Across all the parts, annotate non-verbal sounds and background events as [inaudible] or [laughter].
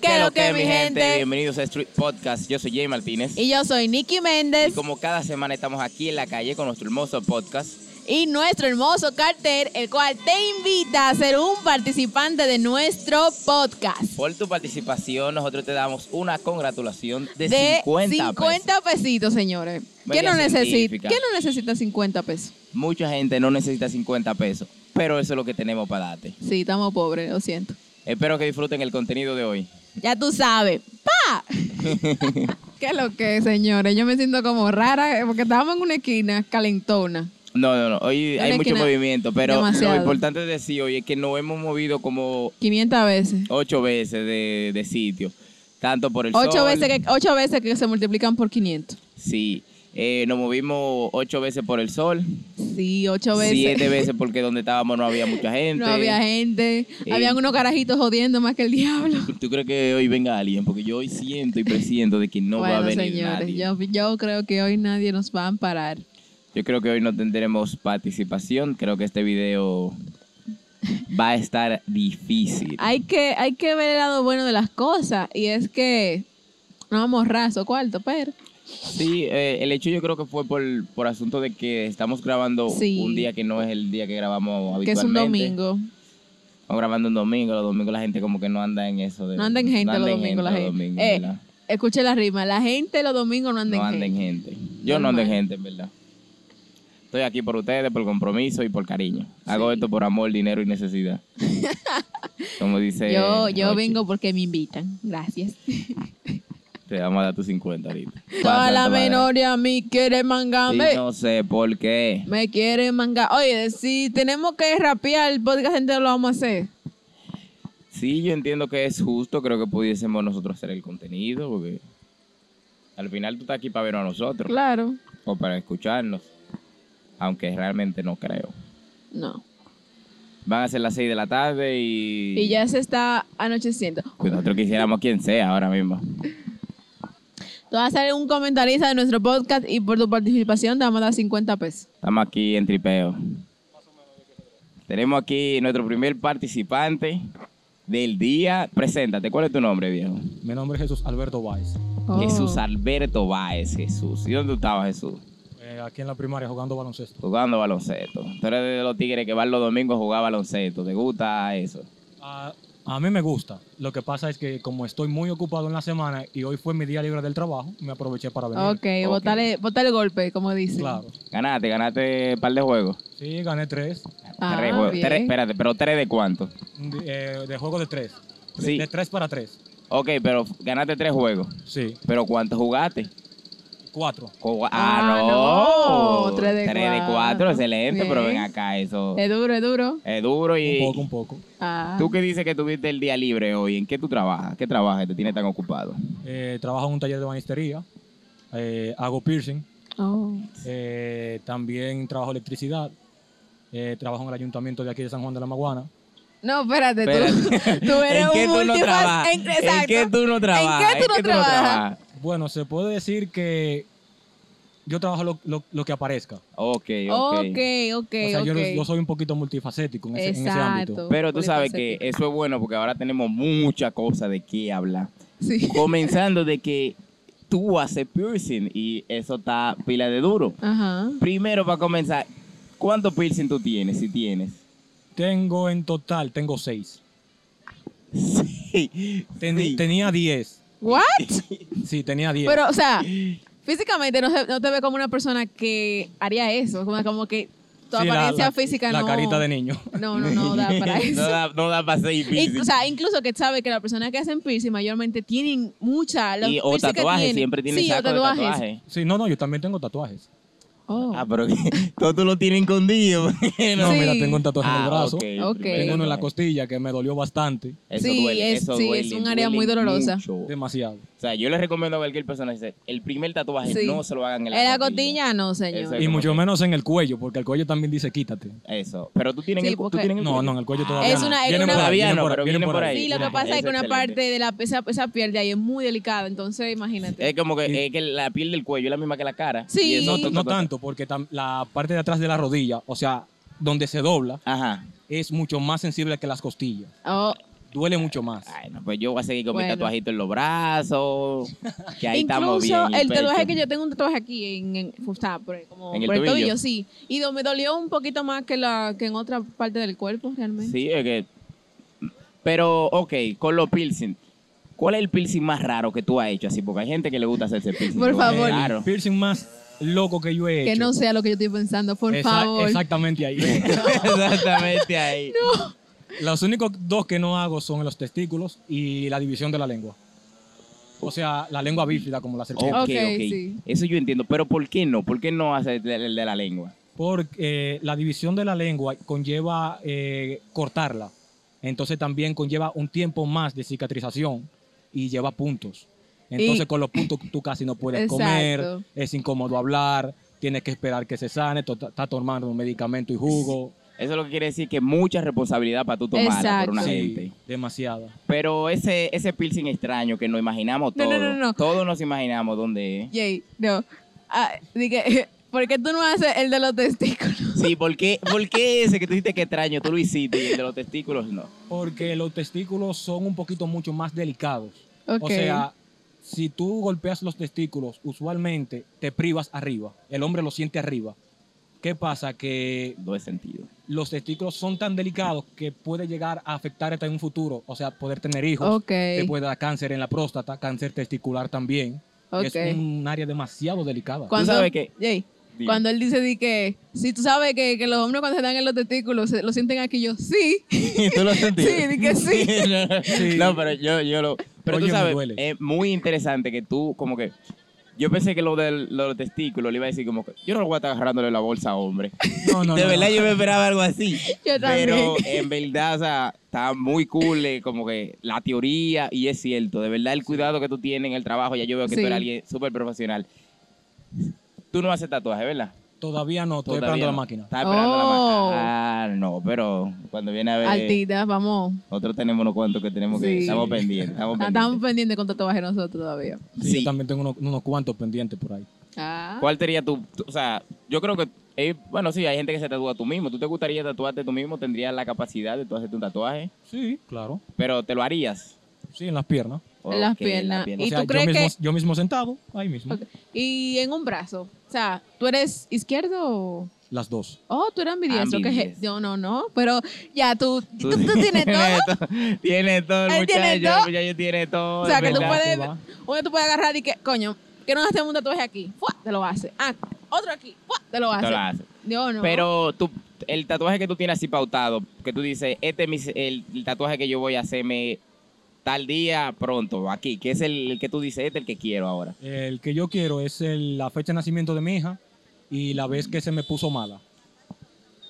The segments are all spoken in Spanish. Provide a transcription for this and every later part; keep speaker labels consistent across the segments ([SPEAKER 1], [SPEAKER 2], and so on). [SPEAKER 1] ¿Qué lo que, mi gente?
[SPEAKER 2] Bienvenidos a Street Podcast. Yo soy Jay Martínez.
[SPEAKER 1] Y yo soy Nicky
[SPEAKER 2] Y
[SPEAKER 1] Méndez
[SPEAKER 2] como cada semana estamos aquí en la calle con nuestro hermoso podcast.
[SPEAKER 1] y nuestro hermoso cartel, el cual te invita a ser un participante de nuestro podcast.
[SPEAKER 2] Por tu participación, nosotros te damos una congratulación de,
[SPEAKER 1] De
[SPEAKER 2] 50, pesos.
[SPEAKER 1] 50 pesitos, señores. ¿Qué
[SPEAKER 2] Media
[SPEAKER 1] no, necesita?
[SPEAKER 2] científica.
[SPEAKER 1] ¿Qué no necesita 50 pesos?
[SPEAKER 2] Mucha gente no necesita 50 pesos, pero eso es lo que tenemos para darte.
[SPEAKER 1] Sí, estamos pobres, lo siento.
[SPEAKER 2] Espero que disfruten el contenido de hoy.
[SPEAKER 1] Ya tú sabes.
[SPEAKER 2] [laughs]
[SPEAKER 1] ¡Pa! [laughs] ¿Qué es lo que, señores? Yo me siento como rara eh, porque estábamos en una esquina calentona.
[SPEAKER 2] No, no, no. Hoy
[SPEAKER 1] Una
[SPEAKER 2] hay mucho
[SPEAKER 1] esquina-
[SPEAKER 2] movimiento, pero
[SPEAKER 1] Demasiado.
[SPEAKER 2] lo importante de decir hoy es que nos hemos movido como
[SPEAKER 1] 500 veces.
[SPEAKER 2] ocho veces de, de sitio. Tanto por el
[SPEAKER 1] Ocho
[SPEAKER 2] sol.
[SPEAKER 1] veces, que, ocho veces que se multiplican por 500.
[SPEAKER 2] Sí. Eh, nos movimos ocho veces por el sol.
[SPEAKER 1] Sí, ocho veces.
[SPEAKER 2] Siete veces porque donde estábamos no había mucha
[SPEAKER 1] [laughs]
[SPEAKER 2] gente.
[SPEAKER 1] No había gente.
[SPEAKER 2] Eh.
[SPEAKER 1] Habían unos carajitos jodiendo más que el diablo.
[SPEAKER 2] ¿Tú- ¿Tú crees que hoy venga alguien? Porque yo hoy siento y presiento de que no
[SPEAKER 1] bueno,
[SPEAKER 2] va a venir
[SPEAKER 1] señores,
[SPEAKER 2] nadie. Yo...
[SPEAKER 1] yo, yo creo que hoy nadie nos va a amparar.
[SPEAKER 2] creo que hoy no tendremos participación. Creo que este video va a estar difícil.
[SPEAKER 1] Hay que, hay que ver el lado bueno de las cosas. Y es que no vamos raso, cuarto, pero.
[SPEAKER 2] Sí, eh, el hecho yo creo que fue por, por asunto de que estamos grabando
[SPEAKER 1] Sí.
[SPEAKER 2] un día que no es el día que grabamos habitualmente.
[SPEAKER 1] Que es un domingo.
[SPEAKER 2] Estamos grabando un domingo. Los domingos la gente como que no anda en eso. De,
[SPEAKER 1] No anden gente los
[SPEAKER 2] anda en
[SPEAKER 1] domingos, la
[SPEAKER 2] los
[SPEAKER 1] gente.
[SPEAKER 2] domingos,
[SPEAKER 1] Eh,
[SPEAKER 2] ¿verdad?
[SPEAKER 1] Escuche la rima. La gente los domingos no anda
[SPEAKER 2] no
[SPEAKER 1] en
[SPEAKER 2] anden
[SPEAKER 1] gente.
[SPEAKER 2] gente. Yo no ando en
[SPEAKER 1] Normal.
[SPEAKER 2] gente, en verdad. Estoy aquí por ustedes, por compromiso y por cariño. Hago esto por amor, dinero
[SPEAKER 1] [laughs]
[SPEAKER 2] y necesidad. Como dice.
[SPEAKER 1] Yo, yo
[SPEAKER 2] Rochi,
[SPEAKER 1] vengo porque me invitan. Gracias.
[SPEAKER 2] Te vamos a dar tus 50 ahorita.
[SPEAKER 1] [laughs] Toda
[SPEAKER 2] Pásate,
[SPEAKER 1] la
[SPEAKER 2] madre.
[SPEAKER 1] menor y a mí quiere mangarme.
[SPEAKER 2] Y no sé por qué.
[SPEAKER 1] Me quiere mangar. Oye, si tenemos que rapear el podcast entero, lo vamos a hacer.
[SPEAKER 2] Sí, yo entiendo que es justo. Creo que pudiésemos nosotros hacer el contenido. Porque al final tú estás aquí para vernos a nosotros
[SPEAKER 1] Claro.
[SPEAKER 2] o para escucharnos. Aunque realmente no creo.
[SPEAKER 1] No.
[SPEAKER 2] Van a ser las 6 de la tarde y.
[SPEAKER 1] Y ya se está anocheciendo.
[SPEAKER 2] Pues nosotros quisiéramos quien sea ahora mismo.
[SPEAKER 1] Tú vas a ser un comentarista de nuestro podcast y por tu participación te vamos a dar 50 pesos.
[SPEAKER 2] Estamos aquí en tripeo. Tenemos aquí nuestro primer participante del día. Preséntate, ¿cuál es tu nombre, viejo?
[SPEAKER 3] Mi nombre es Jesús Alberto Valls.
[SPEAKER 1] Oh.
[SPEAKER 2] Jesús Alberto Báez, Jesús. ¿Y dónde tú estabas, Jesús?
[SPEAKER 3] Eh, aquí en la primaria jugando baloncesto.
[SPEAKER 2] Jugando baloncesto. Tú eres de los tigres que van los domingos a jugar baloncesto. ¿Te gusta eso?
[SPEAKER 3] A, a mí me gusta. Lo que pasa es que como estoy muy ocupado en la semana y hoy fue mi día libre del trabajo, me aproveché para venir.
[SPEAKER 1] Ok, botale, botale golpe, como dicen.
[SPEAKER 3] Claro.
[SPEAKER 2] Ganaste, ganaste un par de juegos.
[SPEAKER 3] Sí, gané tres.
[SPEAKER 1] Ah,
[SPEAKER 2] tres juegos.
[SPEAKER 1] bien.
[SPEAKER 2] Tres- espérate, pero tres de cuánto.
[SPEAKER 3] De, eh, de juego de tres. De-
[SPEAKER 2] Sí.
[SPEAKER 3] De tres para tres.
[SPEAKER 2] Ok, pero ganaste tres juegos.
[SPEAKER 3] Sí.
[SPEAKER 2] Pero ¿cuánto jugaste?
[SPEAKER 3] Cuatro.
[SPEAKER 2] Co- Ah,
[SPEAKER 1] Ah,
[SPEAKER 2] no.
[SPEAKER 1] no. Tres de cuatro.
[SPEAKER 2] cuatro, excelente, pero
[SPEAKER 1] Bien. Eh,
[SPEAKER 2] ven acá, eso.
[SPEAKER 1] Es duro, es duro.
[SPEAKER 2] Es Eh, duro y.
[SPEAKER 3] Un poco, un poco.
[SPEAKER 1] Ah.
[SPEAKER 2] Tú que dices que tuviste el día libre hoy, ¿en qué tú trabajas? ¿Qué trabajas que te tiene tan ocupado?
[SPEAKER 3] Eh, trabajo en un taller de banistería. Eh, hago piercing.
[SPEAKER 1] Oh.
[SPEAKER 3] Eh, también trabajo electricidad. Eh, trabajo en el ayuntamiento de aquí de San Juan de la Maguana.
[SPEAKER 1] No, espérate, tú-
[SPEAKER 2] Espérate.
[SPEAKER 1] [laughs] tú, eres
[SPEAKER 2] ¿En qué
[SPEAKER 1] un
[SPEAKER 2] tú no
[SPEAKER 1] multifac-
[SPEAKER 2] trabajas?
[SPEAKER 1] en-
[SPEAKER 2] ¿En qué
[SPEAKER 1] exacto.
[SPEAKER 2] tú no trabajas?
[SPEAKER 1] ¿En qué tú no trabajas?
[SPEAKER 3] Bueno, se puede decir que yo trabajo lo, lo- lo que aparezca.
[SPEAKER 2] Ok, ok.
[SPEAKER 1] Ok, ok,
[SPEAKER 3] o sea, yo-
[SPEAKER 1] ok.
[SPEAKER 3] Yo, soy un poquito multifacético en ese, en ese ámbito.
[SPEAKER 1] Exacto.
[SPEAKER 2] Pero tú sabes que eso es bueno porque ahora tenemos mucha cosa de qué hablar.
[SPEAKER 1] Sí.
[SPEAKER 2] Comenzando de que tú haces piercing y eso está pila de duro. [laughs]
[SPEAKER 1] Ajá.
[SPEAKER 2] Primero, para comenzar, ¿cuántos piercing tú tienes? Si tienes.
[SPEAKER 3] Tengo en total, tengo seis.
[SPEAKER 2] Sí.
[SPEAKER 3] Ten-
[SPEAKER 2] Sí.
[SPEAKER 3] Tenía diez.
[SPEAKER 1] ¿What?
[SPEAKER 3] Sí, tenía diez.
[SPEAKER 1] Pero, o
[SPEAKER 3] [laughs]
[SPEAKER 1] sea, físicamente no, se- no te ve como una persona que haría eso. Como, como que tu
[SPEAKER 3] Sí, la-
[SPEAKER 1] apariencia
[SPEAKER 3] la-
[SPEAKER 1] física
[SPEAKER 3] La
[SPEAKER 1] no.
[SPEAKER 3] carita de niño. [laughs]
[SPEAKER 1] No, no, no da para eso.
[SPEAKER 2] [laughs] no da, no da para seis
[SPEAKER 1] Y,
[SPEAKER 2] piercing.
[SPEAKER 1] o sea, incluso que sabe que las personas que hacen piercing mayormente tienen mucha. los
[SPEAKER 2] y, o
[SPEAKER 1] piercing que
[SPEAKER 2] tatuajes,
[SPEAKER 1] tienen-
[SPEAKER 2] siempre tienes
[SPEAKER 1] sí, o
[SPEAKER 2] saco
[SPEAKER 1] tatuajes.
[SPEAKER 2] de tatuaje.
[SPEAKER 3] Sí, no, no, yo también tengo tatuajes.
[SPEAKER 1] Oh.
[SPEAKER 2] Ah, [laughs] pero todo tú lo tienes
[SPEAKER 3] [laughs]
[SPEAKER 2] escondido.
[SPEAKER 3] No,
[SPEAKER 1] Sí.
[SPEAKER 3] mira, tengo un tatuaje
[SPEAKER 2] Ah,
[SPEAKER 3] en el brazo.
[SPEAKER 1] Ok.
[SPEAKER 3] Tengo uno en la
[SPEAKER 2] costilla.
[SPEAKER 3] costilla que me dolió bastante.
[SPEAKER 1] Sí, es- sí, es un área muy dolorosa.
[SPEAKER 2] mucho. O
[SPEAKER 3] Demasiado.
[SPEAKER 2] sea, yo les recomiendo a cualquier persona, dice, el primer tatuaje
[SPEAKER 1] Sí.
[SPEAKER 2] no se lo hagan en
[SPEAKER 1] En
[SPEAKER 2] la,
[SPEAKER 1] la cotilla no, señor.
[SPEAKER 2] Exacto.
[SPEAKER 3] Y
[SPEAKER 2] como
[SPEAKER 3] mucho
[SPEAKER 2] que-
[SPEAKER 3] menos en el cuello, porque el cuello también dice quítate.
[SPEAKER 2] Eso. Pero tú tienes
[SPEAKER 1] Sí,
[SPEAKER 2] el, tú
[SPEAKER 1] porque- Ah,
[SPEAKER 2] tienes el
[SPEAKER 3] No,
[SPEAKER 2] cuello.
[SPEAKER 3] no, en el cuello todavía
[SPEAKER 1] Es
[SPEAKER 3] no.
[SPEAKER 1] una- es
[SPEAKER 3] Vienen
[SPEAKER 1] una-
[SPEAKER 3] por ahí,
[SPEAKER 2] Todavía
[SPEAKER 3] vienen
[SPEAKER 2] no,
[SPEAKER 3] por ahí,
[SPEAKER 2] pero
[SPEAKER 3] vienen
[SPEAKER 2] vienen por ahí.
[SPEAKER 1] Sí, lo
[SPEAKER 2] Mira,
[SPEAKER 1] que pasa es que una
[SPEAKER 2] excelente.
[SPEAKER 1] parte de la esa, esa piel de ahí es muy delicada, entonces imagínate.
[SPEAKER 2] Es como que, es que la piel del cuello es la misma que la cara.
[SPEAKER 1] Sí.
[SPEAKER 2] Y eso
[SPEAKER 3] No,
[SPEAKER 2] toca-
[SPEAKER 3] no
[SPEAKER 2] toca-
[SPEAKER 3] tanto, porque tam- la parte de atrás de la rodilla, o sea, donde se dobla,
[SPEAKER 2] Ajá.
[SPEAKER 3] es mucho más sensible que las costillas.
[SPEAKER 1] Oh,
[SPEAKER 3] duele mucho más.
[SPEAKER 2] Bueno, pues yo voy a seguir con mi
[SPEAKER 1] Bueno.
[SPEAKER 2] tatuajito en los brazos. Que ahí estamos bien.
[SPEAKER 1] Incluso el
[SPEAKER 2] pecho.
[SPEAKER 1] tatuaje que yo tengo un tatuaje aquí en, en- o sea, por, como
[SPEAKER 2] ¿En el
[SPEAKER 1] por el
[SPEAKER 2] tobillo?
[SPEAKER 1] tobillo, sí. Y do- me dolió un poquito más que la que en otra parte del cuerpo realmente.
[SPEAKER 2] Sí, es que. Pero, ok, con los piercing. ¿Cuál es el piercing más raro que tú has hecho? Así, porque hay gente que le gusta hacerse piercing.
[SPEAKER 1] Por
[SPEAKER 2] Yo,
[SPEAKER 1] favor. [laughs]
[SPEAKER 2] Claro. [laughs]
[SPEAKER 3] El piercing más loco que yo he hecho.
[SPEAKER 1] Que no sea lo que yo estoy pensando, por
[SPEAKER 3] Esa-
[SPEAKER 1] favor.
[SPEAKER 3] Exactamente ahí.
[SPEAKER 2] Exactamente ahí.
[SPEAKER 3] Los únicos dos que no hago son los testículos y la división de la lengua. O sea, la lengua bífida como la serpiente.
[SPEAKER 2] Ok, ok.
[SPEAKER 1] Ok, sí.
[SPEAKER 2] Eso yo entiendo. Pero ¿por qué no? ¿Por qué no hacer el de, el de la lengua?
[SPEAKER 3] Porque eh, la división de la lengua conlleva eh, cortarla. Entonces también conlleva un tiempo más de cicatrización y lleva puntos. Entonces
[SPEAKER 1] Y-
[SPEAKER 3] con los puntos tú casi no puedes
[SPEAKER 1] Exacto.
[SPEAKER 3] comer, es incómodo hablar, tienes que esperar que se sane, to- está tomando medicamento y jugo.
[SPEAKER 2] Eso es lo que quiere decir que mucha responsabilidad para tú tomar por
[SPEAKER 1] Exacto.
[SPEAKER 2] una
[SPEAKER 3] Sí,
[SPEAKER 2] gente.
[SPEAKER 3] demasiado.
[SPEAKER 2] Pero ese, ese piercing extraño que nos imaginamos
[SPEAKER 1] No,
[SPEAKER 2] todos.
[SPEAKER 1] no, no, no.
[SPEAKER 2] Todos nos imaginamos
[SPEAKER 1] [laughs]
[SPEAKER 2] dónde es.
[SPEAKER 1] Jay, no. Ah, dije, [laughs] ¿por qué tú no haces el de los testículos?
[SPEAKER 2] Sí, ¿por qué, ¿por qué ese que tú dijiste que extraño tú lo hiciste y el de los testículos no?
[SPEAKER 3] Porque los testículos son un poquito mucho más delicados.
[SPEAKER 1] Ok.
[SPEAKER 3] O sea, si tú golpeas los testículos, usualmente te privas arriba. El hombre lo siente arriba. ¿Qué pasa? Que
[SPEAKER 2] No es sentido.
[SPEAKER 3] los testículos son tan delicados que puede llegar a afectar hasta en un futuro. O sea, poder tener hijos.
[SPEAKER 1] ok.
[SPEAKER 3] Te puede dar cáncer en la próstata, cáncer testicular también.
[SPEAKER 1] Ok.
[SPEAKER 3] Es un área demasiado delicada.
[SPEAKER 1] Cuando,
[SPEAKER 2] sabes que-
[SPEAKER 1] Jay,
[SPEAKER 2] Dime.
[SPEAKER 1] cuando él dice di que, si tú sabes que, que los hombres cuando se dan en los testículos se- lo sienten aquí, yo sí. [laughs]
[SPEAKER 2] [laughs] ¿Tú lo sentiste?
[SPEAKER 1] Sí, di que sí.
[SPEAKER 2] [laughs]
[SPEAKER 3] Sí.
[SPEAKER 2] No, pero yo, yo lo. Pero
[SPEAKER 3] Oye,
[SPEAKER 2] tú
[SPEAKER 3] me
[SPEAKER 2] sabes,
[SPEAKER 3] duele.
[SPEAKER 2] es muy interesante que tú, como que. Yo pensé que lo del- lo de los testículos le iba a decir, como que yo no lo voy a estar agarrándole la bolsa a hombre.
[SPEAKER 3] No, [laughs] no,
[SPEAKER 2] de
[SPEAKER 3] no,
[SPEAKER 2] verdad,
[SPEAKER 3] no.
[SPEAKER 2] yo me esperaba algo así.
[SPEAKER 1] [laughs] Yo también.
[SPEAKER 2] pero en verdad, o sea, está muy cool, eh, como que la teoría, y es cierto. De verdad, el cuidado que tú tienes en el trabajo, ya yo veo que tú
[SPEAKER 1] Sí.
[SPEAKER 2] eres alguien súper profesional. Tú no haces tatuaje, ¿verdad?
[SPEAKER 3] Todavía no, estoy
[SPEAKER 2] Todavía
[SPEAKER 3] esperando la
[SPEAKER 2] no.
[SPEAKER 3] máquina.
[SPEAKER 2] Estás esperando la
[SPEAKER 1] Oh.
[SPEAKER 2] máquina. Ah, no, pero cuando viene a ver.
[SPEAKER 1] Altitas, vamos.
[SPEAKER 2] Nosotros tenemos unos cuantos que tenemos que.
[SPEAKER 1] Sí.
[SPEAKER 2] Estamos pendientes. Estamos
[SPEAKER 1] Ah,
[SPEAKER 2] pendientes.
[SPEAKER 1] Estamos pendientes con tatuajes nosotros todavía.
[SPEAKER 3] Sí,
[SPEAKER 2] Sí.
[SPEAKER 3] Yo también tengo unos, unos cuantos pendientes por ahí.
[SPEAKER 1] Ah.
[SPEAKER 2] ¿Cuál sería tu, tu- O sea, yo creo que. eh, bueno, sí, hay gente que se tatúa tú mismo. ¿Tú te gustaría tatuarte tú mismo? ¿Tendrías la capacidad de tú hacerte un tatuaje?
[SPEAKER 3] Sí, claro.
[SPEAKER 2] Pero te lo harías.
[SPEAKER 3] Sí, en las piernas.
[SPEAKER 1] En las
[SPEAKER 2] Ok, en
[SPEAKER 1] piernas.
[SPEAKER 2] las
[SPEAKER 1] ¿Y
[SPEAKER 3] O sea,
[SPEAKER 1] tú crees
[SPEAKER 3] yo, mismo,
[SPEAKER 1] que-
[SPEAKER 3] yo mismo sentado, ahí mismo.
[SPEAKER 1] Ok. Y en un brazo. O sea, ¿tú eres izquierdo o.?
[SPEAKER 3] Las dos.
[SPEAKER 1] Oh, tú eres ambidiestro. que je-
[SPEAKER 2] Ambidiestro.
[SPEAKER 1] No, no, no. Pero ya tú, tú,
[SPEAKER 2] Tú-
[SPEAKER 1] [laughs] tú
[SPEAKER 2] [laughs]
[SPEAKER 1] tienes todo.
[SPEAKER 2] Tiene todo el
[SPEAKER 1] Él
[SPEAKER 2] muchacho.
[SPEAKER 1] tiene
[SPEAKER 2] El
[SPEAKER 1] todo.
[SPEAKER 2] muchacho tiene todo.
[SPEAKER 1] O sea, que tú
[SPEAKER 2] ¿verdad?
[SPEAKER 1] puedes.
[SPEAKER 3] que va.
[SPEAKER 1] Uno tú puedes agarrar y que, coño, que no este hacemos un tatuaje aquí. ¡Fua! Te lo hace. Ah, otro aquí. ¡Fua! Te lo hace.
[SPEAKER 2] Te lo haces.
[SPEAKER 1] Yo no.
[SPEAKER 2] Pero tú, el tatuaje que tú tienes así pautado, que tú dices, este es mi- el, el tatuaje que yo voy a hacerme tal día pronto, aquí, que es el, el que tú dices, este es el que quiero ahora.
[SPEAKER 3] El que yo quiero es el- la fecha de nacimiento de mi hija y la vez que se me puso mala.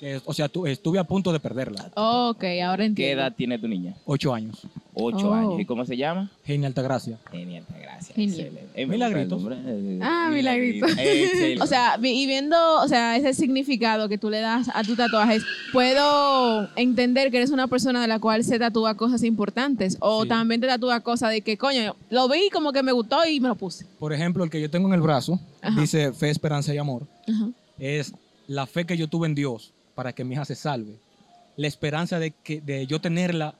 [SPEAKER 3] Que es- o sea, tu- estuve a punto de perderla.
[SPEAKER 1] Ok, ahora
[SPEAKER 2] ¿Qué
[SPEAKER 1] entiendo.
[SPEAKER 2] edad tiene tu niña?
[SPEAKER 3] Ocho años.
[SPEAKER 2] Ocho
[SPEAKER 1] Oh.
[SPEAKER 2] años. ¿Y cómo se llama?
[SPEAKER 3] Genia Altagracia.
[SPEAKER 2] Genial, gracias.
[SPEAKER 1] Genial.
[SPEAKER 2] excelente. Eh, me
[SPEAKER 3] Milagritos.
[SPEAKER 2] gusta el nombre, eh,
[SPEAKER 1] Ah, milagritos. [laughs]
[SPEAKER 2] Excelente.
[SPEAKER 1] O sea, vi- y viendo, o sea, ese significado que tú le das a tus tatuajes, puedo entender que eres una persona de la cual se tatúa cosas importantes o
[SPEAKER 3] Sí.
[SPEAKER 1] también te tatúa cosas de que, coño, lo vi como que me gustó y me lo puse.
[SPEAKER 3] Por ejemplo, el que yo tengo en el brazo
[SPEAKER 1] Ajá.
[SPEAKER 3] dice fe, esperanza y amor. Es la fe que yo tuve en Dios para que mi hija se salve. La esperanza de, que, de yo tenerla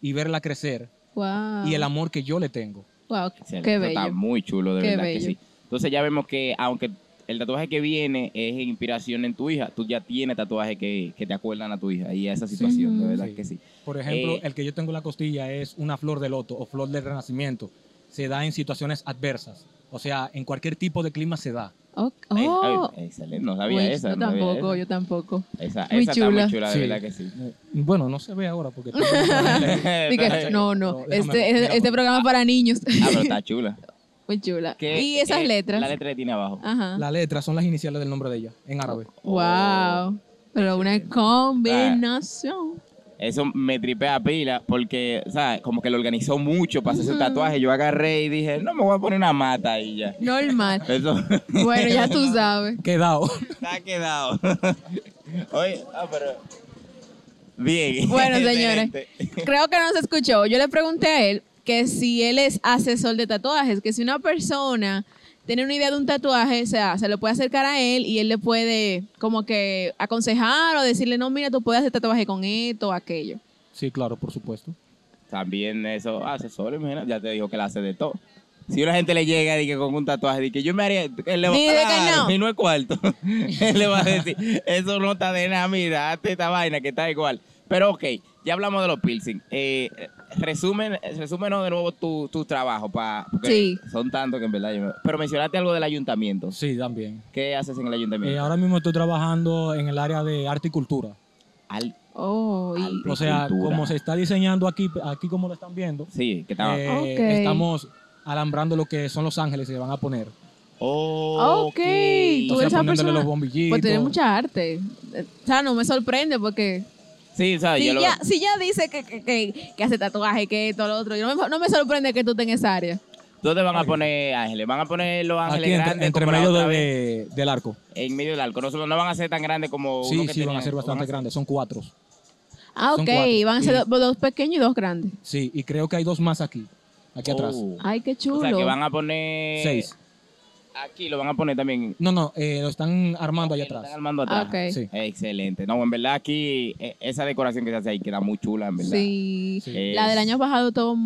[SPEAKER 3] y verla crecer.
[SPEAKER 1] Wow.
[SPEAKER 3] Y el amor que yo le tengo.
[SPEAKER 1] Wow,
[SPEAKER 2] Excelente.
[SPEAKER 1] qué
[SPEAKER 2] Eso Está
[SPEAKER 1] bello.
[SPEAKER 2] muy chulo, de
[SPEAKER 1] Qué
[SPEAKER 2] verdad que
[SPEAKER 1] bello.
[SPEAKER 2] sí. Entonces ya vemos que aunque el tatuaje que viene es inspiración en tu hija, tú ya tienes tatuajes que, que te acuerdan a tu hija y a esa situación, de verdad
[SPEAKER 3] Sí.
[SPEAKER 2] que sí.
[SPEAKER 3] Por ejemplo,
[SPEAKER 2] Eh,
[SPEAKER 3] el que yo tengo en la costilla es una flor de loto o flor del renacimiento. Se da en situaciones adversas. O sea, en cualquier tipo de clima se da.
[SPEAKER 1] Oh,
[SPEAKER 2] Ay,
[SPEAKER 1] oh.
[SPEAKER 2] ay, excelente, no sabía
[SPEAKER 1] Uy,
[SPEAKER 2] esa.
[SPEAKER 1] yo
[SPEAKER 2] no sabía
[SPEAKER 1] tampoco,
[SPEAKER 2] esa.
[SPEAKER 1] yo tampoco.
[SPEAKER 2] Esa,
[SPEAKER 1] Muy
[SPEAKER 2] esa está muy
[SPEAKER 1] chula.
[SPEAKER 2] chula, de
[SPEAKER 3] Sí.
[SPEAKER 2] verdad que sí.
[SPEAKER 3] Eh, Bueno, no se ve ahora porque...
[SPEAKER 2] [laughs]
[SPEAKER 3] tengo-
[SPEAKER 1] [laughs] Dije,
[SPEAKER 2] Entonces-
[SPEAKER 1] no, no,
[SPEAKER 3] no, déjame
[SPEAKER 1] este,
[SPEAKER 3] ver,
[SPEAKER 1] este
[SPEAKER 3] mira,
[SPEAKER 1] programa es para niños.
[SPEAKER 2] [laughs]
[SPEAKER 1] [laughs]
[SPEAKER 2] Ah, pero está chula.
[SPEAKER 1] Muy chula.
[SPEAKER 2] ¿Qué-
[SPEAKER 1] Y esas
[SPEAKER 2] qué-
[SPEAKER 1] letras.
[SPEAKER 2] eh, La letra que tiene abajo.
[SPEAKER 1] Ajá.
[SPEAKER 3] Las letras son las iniciales del nombre de ella, en árabe.
[SPEAKER 1] Wow. Pero una combinación.
[SPEAKER 2] Eso me tripea pila porque, ¿sabes? Como que lo organizó mucho para hacer ese tatuaje. Yo agarré y dije, no, me voy a poner una mata ahí ya.
[SPEAKER 1] Normal.
[SPEAKER 2] Eso [laughs]
[SPEAKER 1] Bueno, ya
[SPEAKER 3] [laughs]
[SPEAKER 1] tú sabes.
[SPEAKER 3] Quedado.
[SPEAKER 2] está quedado. Oye, ah, pero... Bien. [laughs]
[SPEAKER 1] Bueno, señores,
[SPEAKER 2] Excelente.
[SPEAKER 1] creo que no se escuchó. Yo le pregunté a él que si él es asesor de tatuajes, que si una persona tiene una idea de un tatuaje, o sea, se lo puede acercar a él y él le puede como que aconsejar o decirle, no, mira, tú puedes hacer tatuaje con esto o aquello.
[SPEAKER 3] Sí, claro, por supuesto.
[SPEAKER 2] O También eso hace solo, imagínate. Ya te digo que la hace de todo. Si una gente le llega y que con un tatuaje, de que yo me haría, él le va
[SPEAKER 1] Dice que
[SPEAKER 2] a
[SPEAKER 1] no.
[SPEAKER 2] y no es cuarto. [laughs] él le va a decir, eso no está de nada, mira, hazte esta vaina que está igual. Pero ok, ya hablamos de los piercing. Eh, resumen, resúmenos de nuevo tu, tu trabajo, pa, porque
[SPEAKER 1] Sí.
[SPEAKER 2] son tantos que en verdad yo me- Pero mencionaste algo del ayuntamiento.
[SPEAKER 3] Sí, también.
[SPEAKER 2] ¿Qué haces en el ayuntamiento?
[SPEAKER 3] Eh, ahora mismo estoy trabajando en el área de arte y cultura.
[SPEAKER 2] Al-
[SPEAKER 1] Oh, y-
[SPEAKER 2] al-
[SPEAKER 3] O sea,
[SPEAKER 2] Cultura.
[SPEAKER 3] como se está diseñando aquí, aquí como lo están viendo,
[SPEAKER 2] sí, que estaba...
[SPEAKER 3] eh,
[SPEAKER 1] Ok.
[SPEAKER 3] estamos alambrando lo que son los ángeles que se van a poner.
[SPEAKER 1] Ok, tú
[SPEAKER 3] O sea,
[SPEAKER 1] eres esa
[SPEAKER 3] poniéndole
[SPEAKER 1] persona.
[SPEAKER 3] los bombillitos.
[SPEAKER 1] Pues tiene mucha arte. Eh, O sea, no me sorprende porque
[SPEAKER 2] Sí,
[SPEAKER 3] Ah,
[SPEAKER 2] ¿sabes?
[SPEAKER 1] si,
[SPEAKER 2] yo lo-
[SPEAKER 1] ya, si ya dice que, que, que- que hace tatuaje, que esto, lo otro, yo no me, no me sorprende que tú estés en esa área.
[SPEAKER 2] ¿Dónde van a poner ángeles? Van a poner los ángeles
[SPEAKER 3] Aquí entre,
[SPEAKER 2] grandes
[SPEAKER 3] entre
[SPEAKER 2] como la
[SPEAKER 3] medio
[SPEAKER 2] otra
[SPEAKER 3] de-
[SPEAKER 2] vez,
[SPEAKER 3] de- del arco.
[SPEAKER 2] en medio del arco. No, solo- no van a ser tan grandes como uno
[SPEAKER 3] Sí,
[SPEAKER 2] que
[SPEAKER 3] sí, van a
[SPEAKER 2] tenían.
[SPEAKER 3] ser bastante grandes. Son cuatro.
[SPEAKER 1] Ah,
[SPEAKER 3] Son
[SPEAKER 1] ok,
[SPEAKER 3] cuatro.
[SPEAKER 1] van a ser
[SPEAKER 3] Y-
[SPEAKER 1] do- dos, pequeños y dos grandes.
[SPEAKER 3] Sí, y creo que hay dos más aquí. Aquí atrás.
[SPEAKER 2] Oh. Eh,
[SPEAKER 1] Ay, qué chulo.
[SPEAKER 2] O sea, que van a poner...
[SPEAKER 3] Seis.
[SPEAKER 2] Aquí lo van a poner también.
[SPEAKER 3] No, no, eh, lo están armando allá
[SPEAKER 2] Lo están
[SPEAKER 3] atrás.
[SPEAKER 2] armando
[SPEAKER 1] Ah,
[SPEAKER 2] atrás.
[SPEAKER 1] ok.
[SPEAKER 3] Sí.
[SPEAKER 2] Excelente. No, en verdad aquí eh, esa decoración que se hace ahí queda muy chula, en verdad.
[SPEAKER 1] Sí.
[SPEAKER 3] Sí.
[SPEAKER 1] La del año pasado todo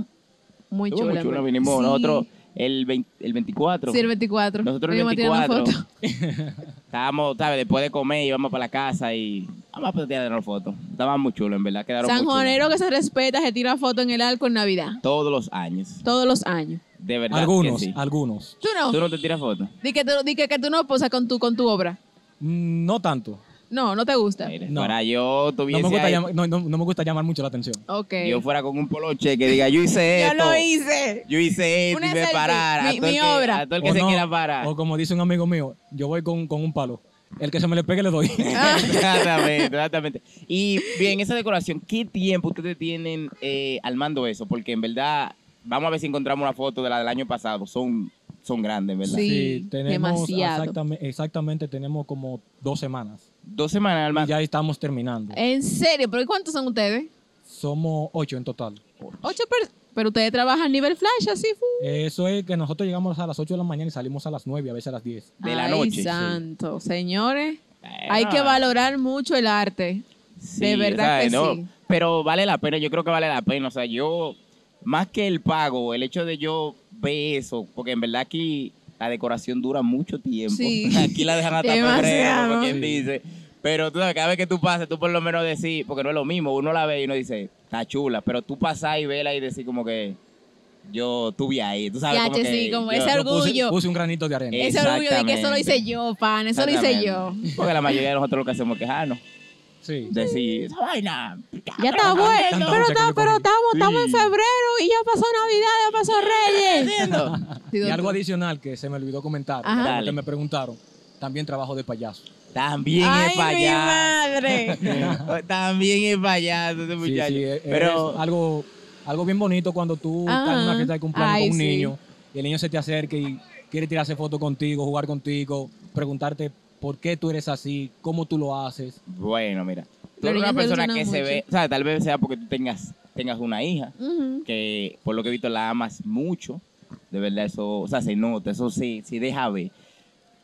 [SPEAKER 1] muy
[SPEAKER 2] Estuvo
[SPEAKER 1] chula.
[SPEAKER 2] muy chula.
[SPEAKER 1] ¿verdad?
[SPEAKER 2] Vinimos
[SPEAKER 1] Sí.
[SPEAKER 2] nosotros el, 20 el 24.
[SPEAKER 1] Sí, el 24.
[SPEAKER 2] Nosotros el
[SPEAKER 1] Vinimos a tirar una
[SPEAKER 2] 24.
[SPEAKER 1] foto.
[SPEAKER 2] Estábamos, ¿sabes? Después de comer íbamos para la casa y vamos a tirarnos fotos. Estaban muy chulos, en verdad. Quedaron
[SPEAKER 1] San
[SPEAKER 2] muy chulos.
[SPEAKER 1] Juanero que se respeta se tira foto en el arco en Navidad.
[SPEAKER 2] Todos los años.
[SPEAKER 1] Todos los años.
[SPEAKER 2] De verdad. que
[SPEAKER 3] Algunos,
[SPEAKER 2] sí.
[SPEAKER 3] algunos.
[SPEAKER 1] ¿Tú no?
[SPEAKER 2] ¿Tú no te tiras fotos?
[SPEAKER 1] Di que, tú- di que, que tú no posas con tu, con tu obra.
[SPEAKER 3] Mm, No tanto.
[SPEAKER 1] No, no te gusta.
[SPEAKER 2] Mira,
[SPEAKER 3] No.
[SPEAKER 2] Para yo
[SPEAKER 3] No
[SPEAKER 2] tuviese
[SPEAKER 3] me, gusta
[SPEAKER 2] ahí-
[SPEAKER 3] llamar, no, no- no me gusta llamar mucho la atención.
[SPEAKER 1] Ok.
[SPEAKER 2] yo fuera con un poloche que diga,
[SPEAKER 1] [laughs]
[SPEAKER 2] yo hice
[SPEAKER 1] Yo
[SPEAKER 2] esto.
[SPEAKER 1] lo hice.
[SPEAKER 2] Yo hice esto
[SPEAKER 1] Una
[SPEAKER 2] y me
[SPEAKER 1] selfie,
[SPEAKER 2] parar.
[SPEAKER 1] mi-
[SPEAKER 2] a todo
[SPEAKER 1] mi
[SPEAKER 2] el que,
[SPEAKER 1] obra.
[SPEAKER 2] A todo el que
[SPEAKER 3] O
[SPEAKER 2] se
[SPEAKER 3] no,
[SPEAKER 2] quiera parar.
[SPEAKER 3] [laughs] O como dice un amigo mío, yo voy con, con un palo. El que se me le pegue
[SPEAKER 2] [laughs]
[SPEAKER 3] le doy.
[SPEAKER 2] exactamente, exactamente. Y bien, esa decoración, ¿qué tiempo ustedes tienen eh, al mando eso? Porque en verdad, vamos a ver si encontramos una foto de la del año pasado. Son, son grandes, en ¿verdad?
[SPEAKER 1] Sí. demasiado.
[SPEAKER 3] exactame- exactamente tenemos como dos semanas.
[SPEAKER 2] Dos semanas al
[SPEAKER 3] Y
[SPEAKER 2] mando.
[SPEAKER 3] ya estamos terminando.
[SPEAKER 1] En serio, pero ¿y cuántos son ustedes?
[SPEAKER 3] Somos ocho en total.
[SPEAKER 1] Ocho personas. Pero ustedes trabajan nivel flash, así. fu.
[SPEAKER 3] Eso es que nosotros llegamos a las 8 de la mañana y salimos a las 9, a veces a las 10.
[SPEAKER 2] De la
[SPEAKER 1] Ay,
[SPEAKER 2] noche, sí.
[SPEAKER 1] santo. Señores,
[SPEAKER 2] Eh,
[SPEAKER 1] hay
[SPEAKER 2] no,
[SPEAKER 1] que valorar mucho el arte.
[SPEAKER 2] sí,
[SPEAKER 1] de verdad que sí.
[SPEAKER 2] Pero vale la pena, yo creo que vale la pena. O sea, yo, más que el pago, el hecho de yo ver eso, porque en verdad aquí la decoración dura mucho tiempo.
[SPEAKER 1] Sí.
[SPEAKER 2] [laughs] Aquí la dejan hasta febrero,
[SPEAKER 1] Demasiado.
[SPEAKER 2] como quien
[SPEAKER 3] Sí.
[SPEAKER 2] dice. Pero tú sabes, cada vez que tú pasas, tú por lo menos decís, porque no es lo mismo, uno la ve y uno dice, está chula, pero tú pasas y vela y decís como que yo estuve ahí, tú sabes
[SPEAKER 1] Ya,
[SPEAKER 2] como
[SPEAKER 1] che,
[SPEAKER 2] que
[SPEAKER 1] sí, como
[SPEAKER 2] yo-
[SPEAKER 1] ese
[SPEAKER 3] Yo puse,
[SPEAKER 1] orgullo.
[SPEAKER 3] puse un granito de arena.
[SPEAKER 2] Eh,
[SPEAKER 1] Ese orgullo de que eso lo hice
[SPEAKER 2] Exactamente.
[SPEAKER 1] yo, pan. Eso lo hice yo.
[SPEAKER 2] Exactamente. Porque la mayoría de nosotros lo que hacemos es quejarnos.
[SPEAKER 3] Sí.
[SPEAKER 2] Decir, esa vaina.
[SPEAKER 1] Ya está bueno.
[SPEAKER 3] tanta
[SPEAKER 1] Pero,
[SPEAKER 3] lucha que
[SPEAKER 1] está-
[SPEAKER 3] le
[SPEAKER 1] pero
[SPEAKER 3] ponen.
[SPEAKER 1] estamos, estamos en
[SPEAKER 2] Sí.
[SPEAKER 1] febrero y ya pasó Navidad, ya pasó Reyes.
[SPEAKER 2] haciendo?
[SPEAKER 1] Sí,
[SPEAKER 3] Y algo
[SPEAKER 1] doctor.
[SPEAKER 3] adicional que se me olvidó comentar,
[SPEAKER 1] Ajá.
[SPEAKER 3] que
[SPEAKER 2] Dale.
[SPEAKER 3] me preguntaron, también trabajo de payaso.
[SPEAKER 2] También es
[SPEAKER 1] Ay, mi
[SPEAKER 2] payaso.
[SPEAKER 1] madre.
[SPEAKER 2] [laughs] También es payaso ese
[SPEAKER 3] Sí,
[SPEAKER 2] muchacho.
[SPEAKER 3] sí, es-
[SPEAKER 2] Pero
[SPEAKER 3] es algo, algo bien bonito cuando tú estás en
[SPEAKER 1] Ajá.
[SPEAKER 3] una fiesta de cumpleaños
[SPEAKER 1] Ay,
[SPEAKER 3] con un
[SPEAKER 1] sí.
[SPEAKER 3] niño y el niño se te acerca y quiere tirarse fotos contigo, jugar contigo, preguntarte por qué tú eres así, cómo tú lo haces.
[SPEAKER 2] bueno, mira. Tú
[SPEAKER 1] Los
[SPEAKER 2] eres una
[SPEAKER 1] niños
[SPEAKER 2] persona que
[SPEAKER 1] evolucionan
[SPEAKER 2] se
[SPEAKER 1] mucho.
[SPEAKER 2] ve, o sea, tal vez sea porque tú tengas, tengas una hija,
[SPEAKER 1] Ujú.
[SPEAKER 2] que por lo que he visto la amas mucho. De verdad, eso, o sea, se nota, eso sí, sí deja ver.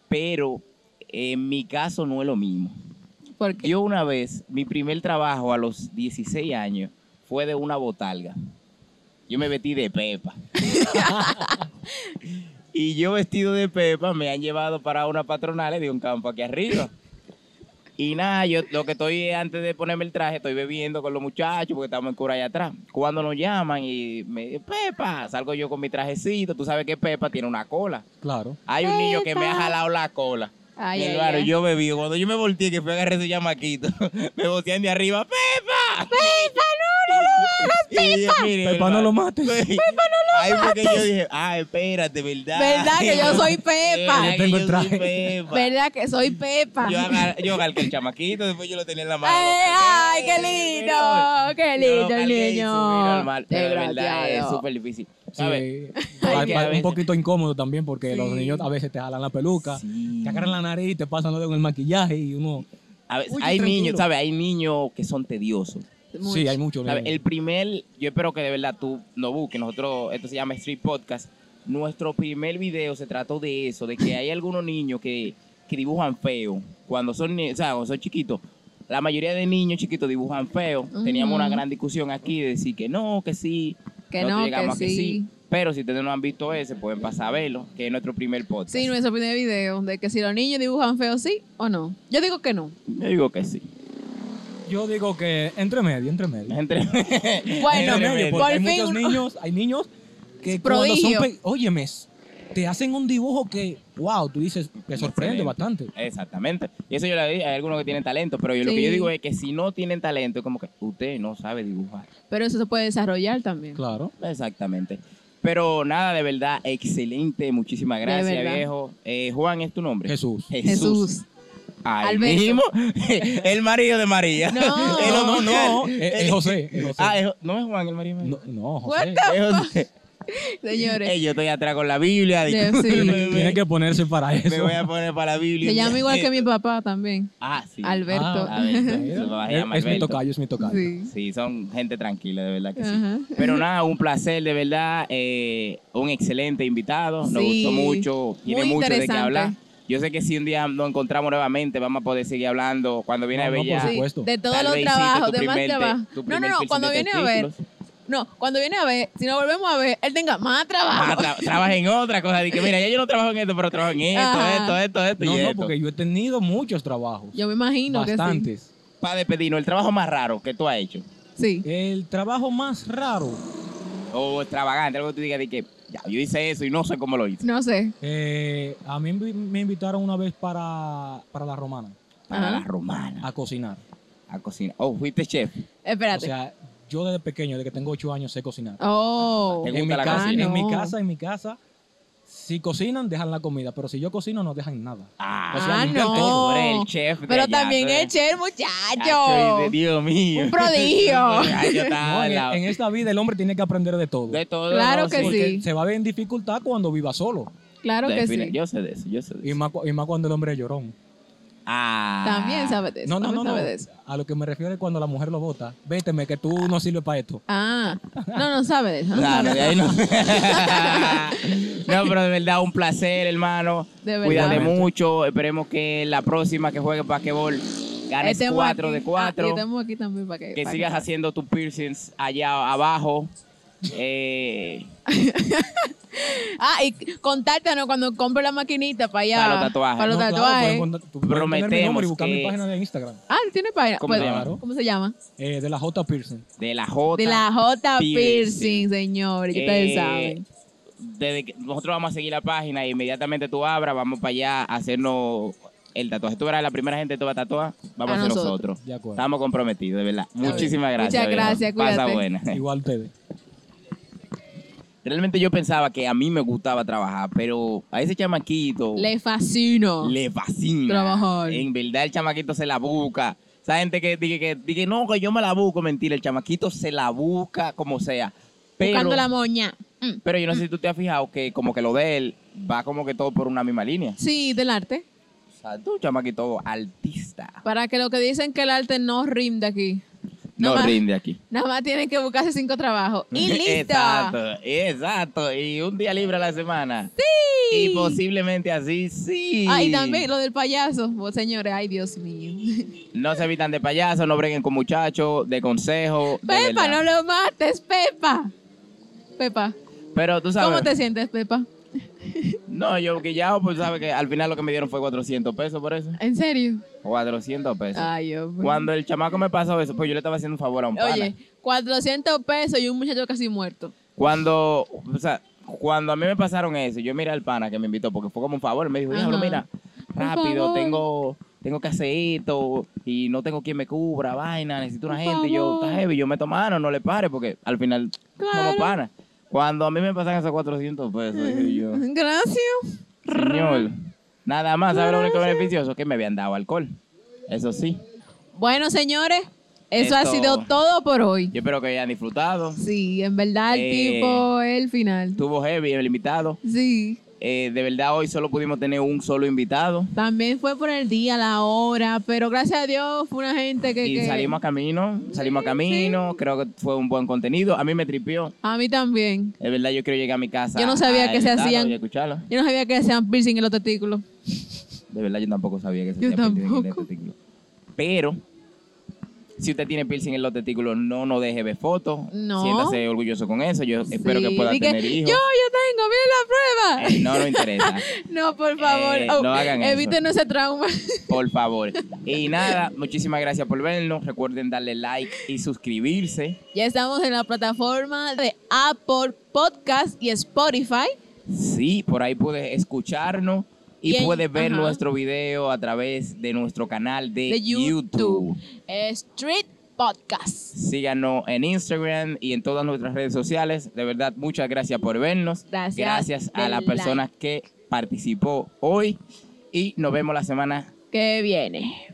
[SPEAKER 2] Pero en mi caso no es lo mismo.
[SPEAKER 1] Porque
[SPEAKER 2] Yo una vez, mi primer trabajo a los 16 años fue de una botalga. Yo me vestí de pepa. y yo vestido de pepa me han llevado para una patronal de un campo aquí arriba. Y nada, yo lo que estoy es, antes de ponerme el traje, estoy bebiendo con los muchachos porque estamos en cura allá atrás. Cuando nos llaman y me Pepa, salgo yo con mi trajecito, tú sabes que Pepa tiene una cola.
[SPEAKER 3] Claro.
[SPEAKER 2] Hay un niño que me ha jalado la cola.
[SPEAKER 1] Ay,
[SPEAKER 2] Mi
[SPEAKER 1] ay,
[SPEAKER 2] hermano,
[SPEAKER 1] ay.
[SPEAKER 2] yo bebí. Cuando yo me volteé, que fui a agarrar ese llamaquito, [laughs] me voltean de arriba. ¡Pepa!
[SPEAKER 1] Pues,
[SPEAKER 2] ¡Pepa, no, no lo hagas, Pepa!
[SPEAKER 3] Pepa, no lo mates.
[SPEAKER 2] ¡Pepa, no lo Pues, Ahí fue que yo dije, ah, espérate, ¿verdad?
[SPEAKER 1] ¿Verdad que yo
[SPEAKER 2] [laughs]
[SPEAKER 1] soy
[SPEAKER 2] ¿Verdad
[SPEAKER 1] Pepa?
[SPEAKER 2] que
[SPEAKER 3] Tengo
[SPEAKER 2] yo
[SPEAKER 3] el
[SPEAKER 2] soy
[SPEAKER 3] traje.
[SPEAKER 2] Pepa?
[SPEAKER 1] ¿Verdad que soy Pepa? [laughs]
[SPEAKER 2] Yo agar- Yo agarré el chamaquito, después yo lo tenía en la mano.
[SPEAKER 1] Eh, Ay, ay, qué lindo, qué
[SPEAKER 2] Yo lo
[SPEAKER 1] lindo el
[SPEAKER 2] cargué y
[SPEAKER 1] niño.
[SPEAKER 2] subí normal, pero de verdad es
[SPEAKER 1] Desgraciado.
[SPEAKER 2] súper difícil.
[SPEAKER 3] Sí, eh,
[SPEAKER 2] ¿Sabes?
[SPEAKER 1] [laughs]
[SPEAKER 3] va-
[SPEAKER 2] Ay, que
[SPEAKER 3] va-
[SPEAKER 2] a veces-
[SPEAKER 3] un poquito incómodo también porque los
[SPEAKER 1] Sí.
[SPEAKER 3] niños a veces te jalan la peluca,
[SPEAKER 2] Sí.
[SPEAKER 3] te agarran la nariz, te pasan los dedos en el maquillaje y uno...
[SPEAKER 2] A veces-
[SPEAKER 3] Uy,
[SPEAKER 2] hay
[SPEAKER 3] tranquilo.
[SPEAKER 2] niños, ¿sabes? Hay niños que son tediosos.
[SPEAKER 1] Mucho.
[SPEAKER 3] Sí, hay mucho.
[SPEAKER 2] ¿Sabe?
[SPEAKER 3] niño.
[SPEAKER 2] El primer, yo espero que de verdad tú no busques, nosotros, esto se llama Street Podcast, nuestro primer video se trató de eso, de que hay algunos niños que, que dibujan feo cuando son, ni- o sea, cuando son chiquitos, la mayoría de niños chiquitos dibujan feo. Teníamos una gran discusión aquí de decir que no, que sí.
[SPEAKER 1] Que
[SPEAKER 2] Nosotros
[SPEAKER 1] no, que
[SPEAKER 2] llegamos a
[SPEAKER 1] sí.
[SPEAKER 2] Pero si ustedes no han visto ese, pueden pasar a verlo, que es nuestro primer podcast.
[SPEAKER 1] Sí, nuestro primer video de que si los niños dibujan feo, sí o no. Yo digo que no.
[SPEAKER 2] Yo digo que sí.
[SPEAKER 3] Yo digo que entre medio, entre medio.
[SPEAKER 2] Entre-
[SPEAKER 1] Bueno,
[SPEAKER 3] Entre
[SPEAKER 2] Entre medio,
[SPEAKER 3] medio,
[SPEAKER 1] por
[SPEAKER 3] porque hay
[SPEAKER 1] fin
[SPEAKER 3] muchos
[SPEAKER 1] uno-
[SPEAKER 3] niños, hay niños que cuando son
[SPEAKER 1] Prodigio.
[SPEAKER 3] pe- óyemes, te hacen un dibujo que, wow, tú dices, te sorprende
[SPEAKER 2] Excelente.
[SPEAKER 3] bastante.
[SPEAKER 2] Exactamente. Y eso yo le dije, hay algunos que tienen talento, pero yo, lo que yo
[SPEAKER 1] Sí.
[SPEAKER 2] digo es que si no tienen talento, es como que usted no sabe dibujar.
[SPEAKER 1] [laughs] Pero eso se puede desarrollar también.
[SPEAKER 3] Claro.
[SPEAKER 2] Exactamente. Pero nada, de verdad, excelente. Muchísimas
[SPEAKER 1] De
[SPEAKER 2] gracias,
[SPEAKER 1] verdad.
[SPEAKER 2] viejo. Eh, Juan, ¿es tu nombre?
[SPEAKER 3] Jesús.
[SPEAKER 1] Jesús.
[SPEAKER 2] Ahí
[SPEAKER 1] Alberto.
[SPEAKER 2] mismo. [laughs] el marido de María.
[SPEAKER 1] No.
[SPEAKER 2] [laughs] El
[SPEAKER 3] No, no,
[SPEAKER 2] oficial.
[SPEAKER 3] no, es, es José. es José.
[SPEAKER 2] Ah, es- no es Juan el marido de María.
[SPEAKER 3] no, no,
[SPEAKER 1] What
[SPEAKER 3] José.
[SPEAKER 1] the-
[SPEAKER 2] Es José.
[SPEAKER 1] [laughs] [laughs] Señores.
[SPEAKER 2] Eh, yo estoy atrás con la Biblia.
[SPEAKER 1] Sí,
[SPEAKER 2] disculpe,
[SPEAKER 1] sí.
[SPEAKER 2] me-
[SPEAKER 3] Tiene que ponerse para eso.
[SPEAKER 2] Me voy a poner para la Biblia.
[SPEAKER 1] Se llama igual que mi papá también.
[SPEAKER 2] [laughs] Ah, sí.
[SPEAKER 1] Alberto.
[SPEAKER 2] Ah, Alberto. Se lo va a
[SPEAKER 3] Es,
[SPEAKER 2] llamar
[SPEAKER 3] es mi
[SPEAKER 2] Alberto.
[SPEAKER 3] tocayo, es mi tocayo.
[SPEAKER 1] Sí.
[SPEAKER 2] Sí, son gente tranquila, de verdad que sí.
[SPEAKER 1] Ajá.
[SPEAKER 2] Pero nada, un placer, de verdad. eh, un excelente invitado. Nos
[SPEAKER 1] Sí.
[SPEAKER 2] gustó mucho. Tiene
[SPEAKER 1] Muy
[SPEAKER 2] mucho de qué
[SPEAKER 1] interesante.
[SPEAKER 2] hablar. Yo sé que si un día nos encontramos nuevamente, vamos a poder seguir hablando. Cuando viene
[SPEAKER 3] No,
[SPEAKER 2] a
[SPEAKER 3] no,
[SPEAKER 2] ver
[SPEAKER 3] por
[SPEAKER 2] ya.
[SPEAKER 3] Ah,
[SPEAKER 1] Sí,
[SPEAKER 3] supuesto.
[SPEAKER 1] de todos
[SPEAKER 2] tal
[SPEAKER 1] los
[SPEAKER 2] vez hiciste
[SPEAKER 1] trabajos,
[SPEAKER 2] tu
[SPEAKER 1] de más
[SPEAKER 2] primer te-
[SPEAKER 1] trabajo.
[SPEAKER 2] tu
[SPEAKER 1] No, no,
[SPEAKER 2] primer
[SPEAKER 1] no,
[SPEAKER 2] piercing
[SPEAKER 1] cuando
[SPEAKER 2] de
[SPEAKER 1] viene a ver,
[SPEAKER 2] testículos.
[SPEAKER 1] no, cuando viene a ver, si nos volvemos a ver, él tenga más
[SPEAKER 2] Ah,
[SPEAKER 1] trabajo.
[SPEAKER 2] tra- trabaja en otra cosa. Dije, mira, ya yo no trabajo en esto, pero trabajo en esto,
[SPEAKER 1] Ajá.
[SPEAKER 2] esto, esto, esto
[SPEAKER 3] No,
[SPEAKER 2] y
[SPEAKER 3] no,
[SPEAKER 2] esto.
[SPEAKER 3] porque yo he tenido muchos trabajos.
[SPEAKER 1] Yo me imagino
[SPEAKER 3] bastantes.
[SPEAKER 2] Para despedirnos, el trabajo más raro que tú has hecho.
[SPEAKER 1] que sí. Sí.
[SPEAKER 3] El trabajo más raro,
[SPEAKER 2] O extravagante, algo que tú digas de que ya, yo hice eso y no sé cómo lo hice.
[SPEAKER 1] No sé.
[SPEAKER 3] eh, a mí me me invitaron una vez para, para la romana
[SPEAKER 2] Para
[SPEAKER 1] Ajá.
[SPEAKER 2] la romana,
[SPEAKER 3] a cocinar.
[SPEAKER 2] a cocinar. Oh, fuiste chef.
[SPEAKER 3] O
[SPEAKER 1] Espérate.
[SPEAKER 3] sea, yo desde pequeño, desde que tengo ocho años, sé cocinar.
[SPEAKER 1] oh.
[SPEAKER 2] Ah, ¿Te gusta
[SPEAKER 3] En mi,
[SPEAKER 2] la
[SPEAKER 3] casa,
[SPEAKER 1] cocina?
[SPEAKER 3] en mi
[SPEAKER 1] Ah, no.
[SPEAKER 3] casa, en mi casa, si cocinan, dejan la comida, pero si yo cocino, no dejan nada.
[SPEAKER 2] Ah,
[SPEAKER 3] o sea,
[SPEAKER 1] ah,
[SPEAKER 3] nunca
[SPEAKER 1] no.
[SPEAKER 2] tú eres el chef de
[SPEAKER 1] Pero
[SPEAKER 2] allá,
[SPEAKER 1] también
[SPEAKER 2] tú
[SPEAKER 1] es
[SPEAKER 2] eres-
[SPEAKER 1] chef,
[SPEAKER 2] Chacho, y de- pues,
[SPEAKER 1] muchacho.
[SPEAKER 2] Dios mío.
[SPEAKER 1] Un
[SPEAKER 2] [laughs]
[SPEAKER 1] prodigio. [laughs]
[SPEAKER 2] Ay, yo estaba
[SPEAKER 3] No, en, e,
[SPEAKER 2] al lado.
[SPEAKER 3] en esta vida el hombre tiene que aprender de todo.
[SPEAKER 2] Ah, De todo.
[SPEAKER 1] Claro
[SPEAKER 2] no,
[SPEAKER 1] que sí.
[SPEAKER 3] porque se va a ver en dificultad cuando viva solo.
[SPEAKER 1] Claro que
[SPEAKER 2] Define-
[SPEAKER 1] sí.
[SPEAKER 2] Yo sé de eso, yo sé de
[SPEAKER 3] Y
[SPEAKER 2] eso.
[SPEAKER 3] más, cu- y más cuando el hombre es llorón.
[SPEAKER 2] Ah.
[SPEAKER 1] También sabe de eso.
[SPEAKER 3] No, no, no,
[SPEAKER 1] también
[SPEAKER 3] no.
[SPEAKER 1] sabe de eso.
[SPEAKER 3] A lo que me refiero es cuando la mujer lo bota. Véteme, que tú no sirves para esto.
[SPEAKER 1] Ah, no, no sabe de eso.
[SPEAKER 2] Claro, de
[SPEAKER 1] [laughs]
[SPEAKER 2] ahí no. no, pero de verdad, un placer, hermano.
[SPEAKER 1] De verdad.
[SPEAKER 2] Cuídate mucho. Esperemos que la próxima que juegue basquetbol ganes
[SPEAKER 1] Estemos
[SPEAKER 2] 4
[SPEAKER 1] aquí.
[SPEAKER 2] de 4.
[SPEAKER 1] Ah, y estamos aquí también para que.
[SPEAKER 2] que
[SPEAKER 1] para
[SPEAKER 2] sigas haciendo tus piercings allá abajo. Eh,
[SPEAKER 1] Ah, y contáctanos cuando compre la maquinita para allá.
[SPEAKER 2] Para los tatuajes.
[SPEAKER 1] Para los
[SPEAKER 3] No, claro,
[SPEAKER 1] tatuajes.
[SPEAKER 3] pueden contar- tú puedes poner mi nombre y buscar mi
[SPEAKER 2] Prometemos
[SPEAKER 3] página de Instagram.
[SPEAKER 1] Ah, tiene página.
[SPEAKER 2] ¿Cómo se llama?
[SPEAKER 1] ¿Cómo se llama?
[SPEAKER 3] eh, de la J. Pearson.
[SPEAKER 2] [laughs] de la J.
[SPEAKER 1] De la J
[SPEAKER 2] Piercing.
[SPEAKER 1] Piercing, señores. Ya ustedes
[SPEAKER 2] Eh,
[SPEAKER 1] saben.
[SPEAKER 2] desde que- nosotros vamos a seguir la página e inmediatamente tú abras, vamos para allá a hacernos el tatuaje. Tú eras la primera gente que tú vas a tatuar, vamos
[SPEAKER 1] A
[SPEAKER 2] a, hacer
[SPEAKER 1] nosotros.
[SPEAKER 2] nosotros.
[SPEAKER 3] De acuerdo.
[SPEAKER 2] Estamos comprometidos, de verdad.
[SPEAKER 1] bien.
[SPEAKER 2] Muchísimas
[SPEAKER 1] Muchas
[SPEAKER 2] gracias. viejo.
[SPEAKER 1] gracias,
[SPEAKER 2] Pasa
[SPEAKER 1] cuídate.
[SPEAKER 2] buena.
[SPEAKER 3] Igual ustedes.
[SPEAKER 2] Realmente yo pensaba que a mí me gustaba trabajar, pero a ese chamaquito le,
[SPEAKER 1] Le fascino.
[SPEAKER 2] fascina.
[SPEAKER 1] Trabajar.
[SPEAKER 2] En verdad el chamaquito se la busca. Esa gente que dice que, dice, no, que yo me la busco, mentira, el chamaquito se la busca como sea. Pero,
[SPEAKER 1] Buscando la moña. Mm.
[SPEAKER 2] pero yo no sé si tú te has fijado que como que lo de él va como que todo por una misma línea.
[SPEAKER 1] Sí, del arte.
[SPEAKER 2] O sea, tú, chamaquito, artista.
[SPEAKER 1] Para que lo que dicen que el arte no rinde aquí.
[SPEAKER 2] No,
[SPEAKER 1] Nada más-
[SPEAKER 2] rinde aquí.
[SPEAKER 1] Nada más tienen que buscarse cinco trabajos.
[SPEAKER 2] [laughs]
[SPEAKER 1] Y listo.
[SPEAKER 2] Exacto, exacto. Y un día libre a la semana. Sí. Y posiblemente así, sí.
[SPEAKER 1] Ah, y también lo del payaso. Oh, señores, ay, Dios mío.
[SPEAKER 2] No se evitan de payasos, no breguen con muchachos, de consejo. de
[SPEAKER 1] [laughs] Pepa, no
[SPEAKER 2] verdad.
[SPEAKER 1] lo mates, Pepa. Pepa,
[SPEAKER 2] Pero tú sabes.
[SPEAKER 1] ¿cómo te sientes, Pepa?
[SPEAKER 2] No, yo guillado, pues sabes que al final lo que me dieron fue 400 pesos por eso.
[SPEAKER 1] ¿En serio?
[SPEAKER 2] 400 pesos.
[SPEAKER 1] Ay, hombre.
[SPEAKER 2] Cuando el chamaco me pasó eso, pues yo le estaba haciendo un favor a un pana.
[SPEAKER 1] Oye, 400 pesos y un muchacho casi muerto.
[SPEAKER 2] Cuando, o sea, cuando a mí me pasaron eso, yo miré al pana que me invitó porque fue como un favor. Me dijo,
[SPEAKER 1] Ajá.
[SPEAKER 2] diablo, mira,
[SPEAKER 1] Por
[SPEAKER 2] rápido,
[SPEAKER 1] favor.
[SPEAKER 2] tengo, tengo que hacer esto y no tengo quien me cubra, vaina, necesito una
[SPEAKER 1] Por
[SPEAKER 2] gente. Y Yo,
[SPEAKER 1] favor.
[SPEAKER 2] está heavy, yo meto mano, no le pare porque al final
[SPEAKER 1] Claro.
[SPEAKER 2] somos pana. Cuando a mí me pasan esos 400 pesos, dije yo,
[SPEAKER 1] Mm. [laughs] Gracias.
[SPEAKER 2] señor, nada más, ¿sabes lo único beneficioso? Que me habían dado alcohol. Eso sí,
[SPEAKER 1] Bueno, señores, eso ha
[SPEAKER 2] Esto-
[SPEAKER 1] sido todo por hoy.
[SPEAKER 2] yo espero que hayan disfrutado.
[SPEAKER 1] Sí, en verdad el
[SPEAKER 2] Eh.
[SPEAKER 1] tipo es el final.
[SPEAKER 2] Estuvo heavy el invitado.
[SPEAKER 1] Sí,
[SPEAKER 2] Eh, de verdad, hoy solo pudimos tener un solo invitado.
[SPEAKER 1] también fue por el día, la hora, pero gracias a Dios fue una gente que...
[SPEAKER 2] Y
[SPEAKER 1] que-
[SPEAKER 2] salimos a camino, salimos a camino, creo que fue un buen contenido. A mí me tripió.
[SPEAKER 1] A mí también.
[SPEAKER 2] De verdad, yo quiero llegar a mi casa.
[SPEAKER 1] Yo no sabía
[SPEAKER 2] a
[SPEAKER 1] que se
[SPEAKER 2] editarlo
[SPEAKER 1] hacían-
[SPEAKER 2] y a escucharlo.
[SPEAKER 1] Yo no sabía que hacían piercing en los testículos.
[SPEAKER 2] De verdad, yo tampoco sabía que se
[SPEAKER 1] Yo
[SPEAKER 2] hacían piercing en
[SPEAKER 1] tampoco.
[SPEAKER 2] este artículo. Pero Si usted tiene piercing en los testículos, no nos deje ver fotos.
[SPEAKER 1] No.
[SPEAKER 2] Siéntase orgulloso con eso. Yo espero que
[SPEAKER 1] Sí,
[SPEAKER 2] pueda
[SPEAKER 1] di
[SPEAKER 2] tener hijos.
[SPEAKER 1] Yo, yo tengo,
[SPEAKER 2] [laughs]
[SPEAKER 1] miren la prueba.
[SPEAKER 2] Eh, no nos interesa.
[SPEAKER 1] No, por favor,
[SPEAKER 2] Eh,
[SPEAKER 1] oh,
[SPEAKER 2] no hagan eso.
[SPEAKER 1] eviten ese trauma. [laughs]
[SPEAKER 2] Por favor. Y nada, muchísimas gracias por vernos. Recuerden darle like y suscribirse.
[SPEAKER 1] Ya estamos en la plataforma de Apple Podcast y Spotify.
[SPEAKER 2] Sí, por ahí puedes escucharnos y,
[SPEAKER 1] Y en-
[SPEAKER 2] puedes ver
[SPEAKER 1] ajá.
[SPEAKER 2] nuestro video a través de nuestro canal de,
[SPEAKER 1] de YouTube.
[SPEAKER 2] YouTube.
[SPEAKER 1] Eh, Street Podcast.
[SPEAKER 2] Síganos en Instagram y en todas nuestras redes sociales. De verdad, muchas gracias por vernos.
[SPEAKER 1] Gracias.
[SPEAKER 2] Gracias a
[SPEAKER 1] Del
[SPEAKER 2] la persona que participó hoy. Y nos vemos la semana
[SPEAKER 1] Que viene.